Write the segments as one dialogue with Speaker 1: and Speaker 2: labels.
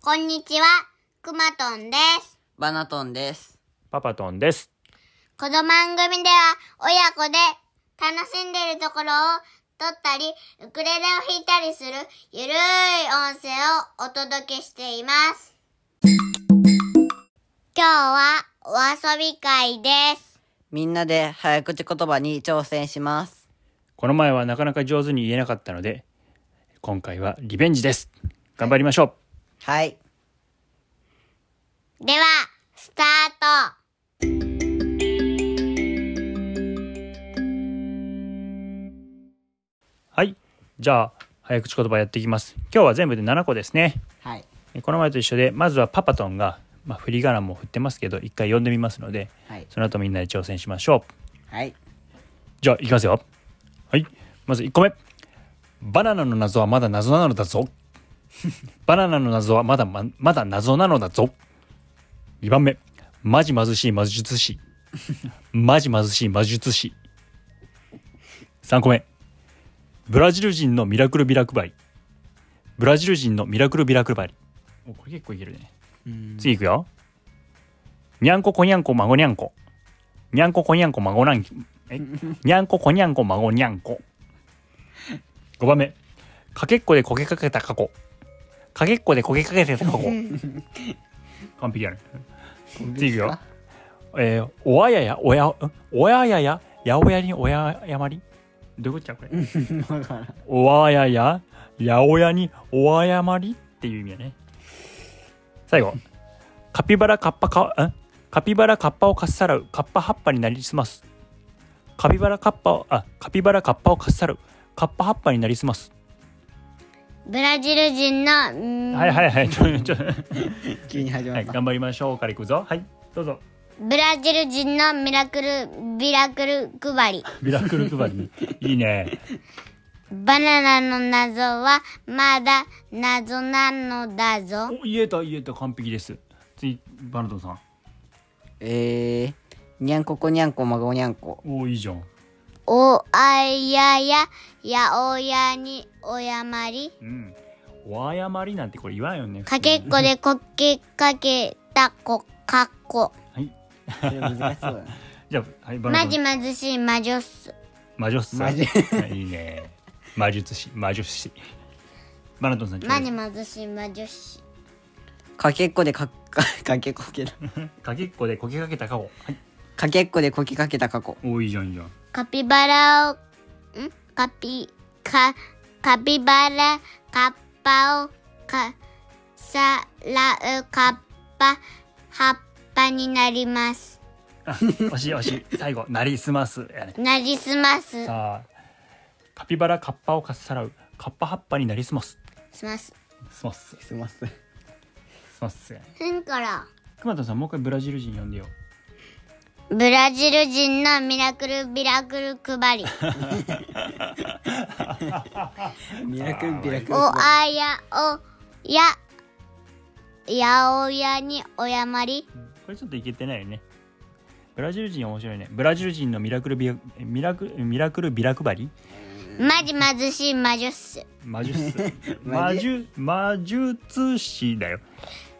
Speaker 1: こんにちは、くまとんです。
Speaker 2: バナトンです。
Speaker 3: パパトンです。
Speaker 1: この番組では親子で楽しんでいるところを撮ったり、ウクレレを弾いたりするゆるい音声をお届けしています。今日はお遊び会です。
Speaker 2: みんなで早口言葉に挑戦します。
Speaker 3: この前はなかなか上手に言えなかったので、今回はリベンジです。頑張りましょう。
Speaker 2: はい。
Speaker 1: では、スタート
Speaker 3: はい。じゃあ、早口言葉やっていきます。今日は全部で7個ですね。
Speaker 2: はい。
Speaker 3: この前と一緒で、まずはパパトンが、まあ、振り仮名も振ってますけど、一回読んでみますので、
Speaker 2: はい。
Speaker 3: その後みんなで挑戦しましょう。
Speaker 2: はい。
Speaker 3: じゃあ、いきますよ。はい。まず1個目。バナナの謎はまだ謎なのだぞ。 バナナの謎はまだままだ謎なのだぞ。2番目。マジ貧しい魔術師。 マジ貧しい魔術師。3個目。ブラジル人のミラクルビラ配り。ブラジル人のミラクルビラ配り。おこれ結構いけるね。次いくよ。にゃんここにゃんこ孫にゃんこ。にゃんここにゃんこ孫なんえにゃんここにゃんこ孫にゃんこ。5番目。かけっこでこけかけた過去。かけっこでこけかけてた過去。完璧やね。次いくよ。えー、おあやや、おや、んおややや、やおやにおややまり。どういうことやこれ。おわやや、やおやにおあやまりっていう意味やね。最 後。カピバラカッパか、んカピバラカッパをかっさらう、カッパ葉っぱになりすます。カピバラカッパを、あ、カピバラカッパをかっさらう、カッパ葉っぱになりすます。
Speaker 1: ブラジル人の、
Speaker 3: はいはいはい、ち ょ、ちょ、は
Speaker 2: 急に始ま
Speaker 3: い、
Speaker 2: った。
Speaker 3: 頑張りましょうからいくぞ。はい、どうぞ。
Speaker 1: ブラジル人のミラクル、ビラクル配り。
Speaker 3: ミラクル配り。いいね。
Speaker 1: バナナの謎はまだ謎なのだぞ。
Speaker 3: お、言えた言えた完璧です。次、バナトンさん。
Speaker 2: えー、にゃんここにゃんこまごにゃんこ。
Speaker 3: お、いいじゃん。
Speaker 1: おあいやや、やおやにおやまり。
Speaker 3: うん。おあやまりなんてこれ言わんよね。
Speaker 1: かけっこでこけかけたこかっこ。
Speaker 3: はい。
Speaker 2: それ難しそうだな。
Speaker 3: じゃあ、はい、バナ
Speaker 1: ま
Speaker 3: トン
Speaker 1: じ。まずしい魔女っす。
Speaker 3: 魔術師。
Speaker 2: 魔術
Speaker 3: いいね。魔術師、魔術師。バナトンさん。
Speaker 1: まじまずしい魔女っす。
Speaker 2: かけっこでか、 かかけこけだ。
Speaker 3: かけっこでこけかけた顔。はい。
Speaker 2: かけっこでこけかけた過去。
Speaker 3: おいいじゃんいいじゃん。
Speaker 1: カピバラを、んカピ、か、カピバラ、カッパを、か、さらうカッパ、葉っぱになります。
Speaker 3: あ、惜しい惜しい。最後、なりすます。やね。
Speaker 1: なりすます。
Speaker 3: さあ、カピバラカッパをかっさらう。カッパ葉っぱになりすます。
Speaker 1: します。
Speaker 3: すます。
Speaker 2: すます。
Speaker 3: すます。
Speaker 1: ふんから。
Speaker 3: くまとんさん、もう一回ブラジル人呼んでよ。
Speaker 1: ブラジル人のミラクルビラクル配 り。
Speaker 2: ミラクルビラクル
Speaker 1: お。あやおや。やおやにおやまり。
Speaker 3: これちょっといけてないよね。ブラジル人面白いね。ブラジル人のミラクルビラミラクルミラクルビラ配り
Speaker 1: まじまずしい魔女っす。
Speaker 3: 魔術師 魔術魔術師だよ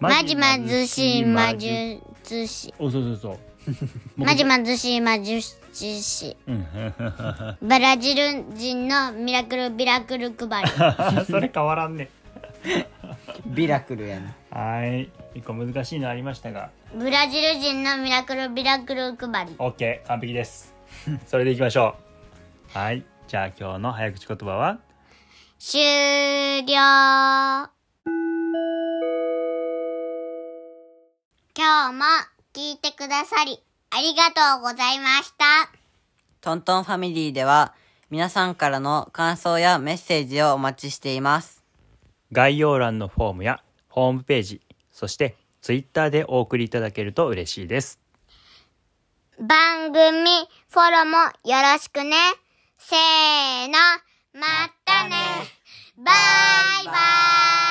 Speaker 1: まじまずしい魔術師。
Speaker 3: おそうそうそう
Speaker 1: まじまずしい魔術師。
Speaker 3: うん
Speaker 1: ブラジル人のミラクルビラクル配り。
Speaker 3: それ変わらんね
Speaker 2: ビラクルやな。
Speaker 3: はい一個難しいのありましたが
Speaker 1: ブラジル人のミラクルビラクル配り。
Speaker 3: OK 完璧ですそれでいきましょうはいじゃあ今日の早口言葉は
Speaker 1: 終了今日も聞いてくださりありがとうございました。
Speaker 2: トントンファミリーでは、皆さんからの感想やメッセージをお待ちしています。
Speaker 3: 概要欄のフォームやホームページそして Twitter でお送りいただけると嬉しいです
Speaker 1: 番組フォローもよろしくね。せーの、またね。バイバイ。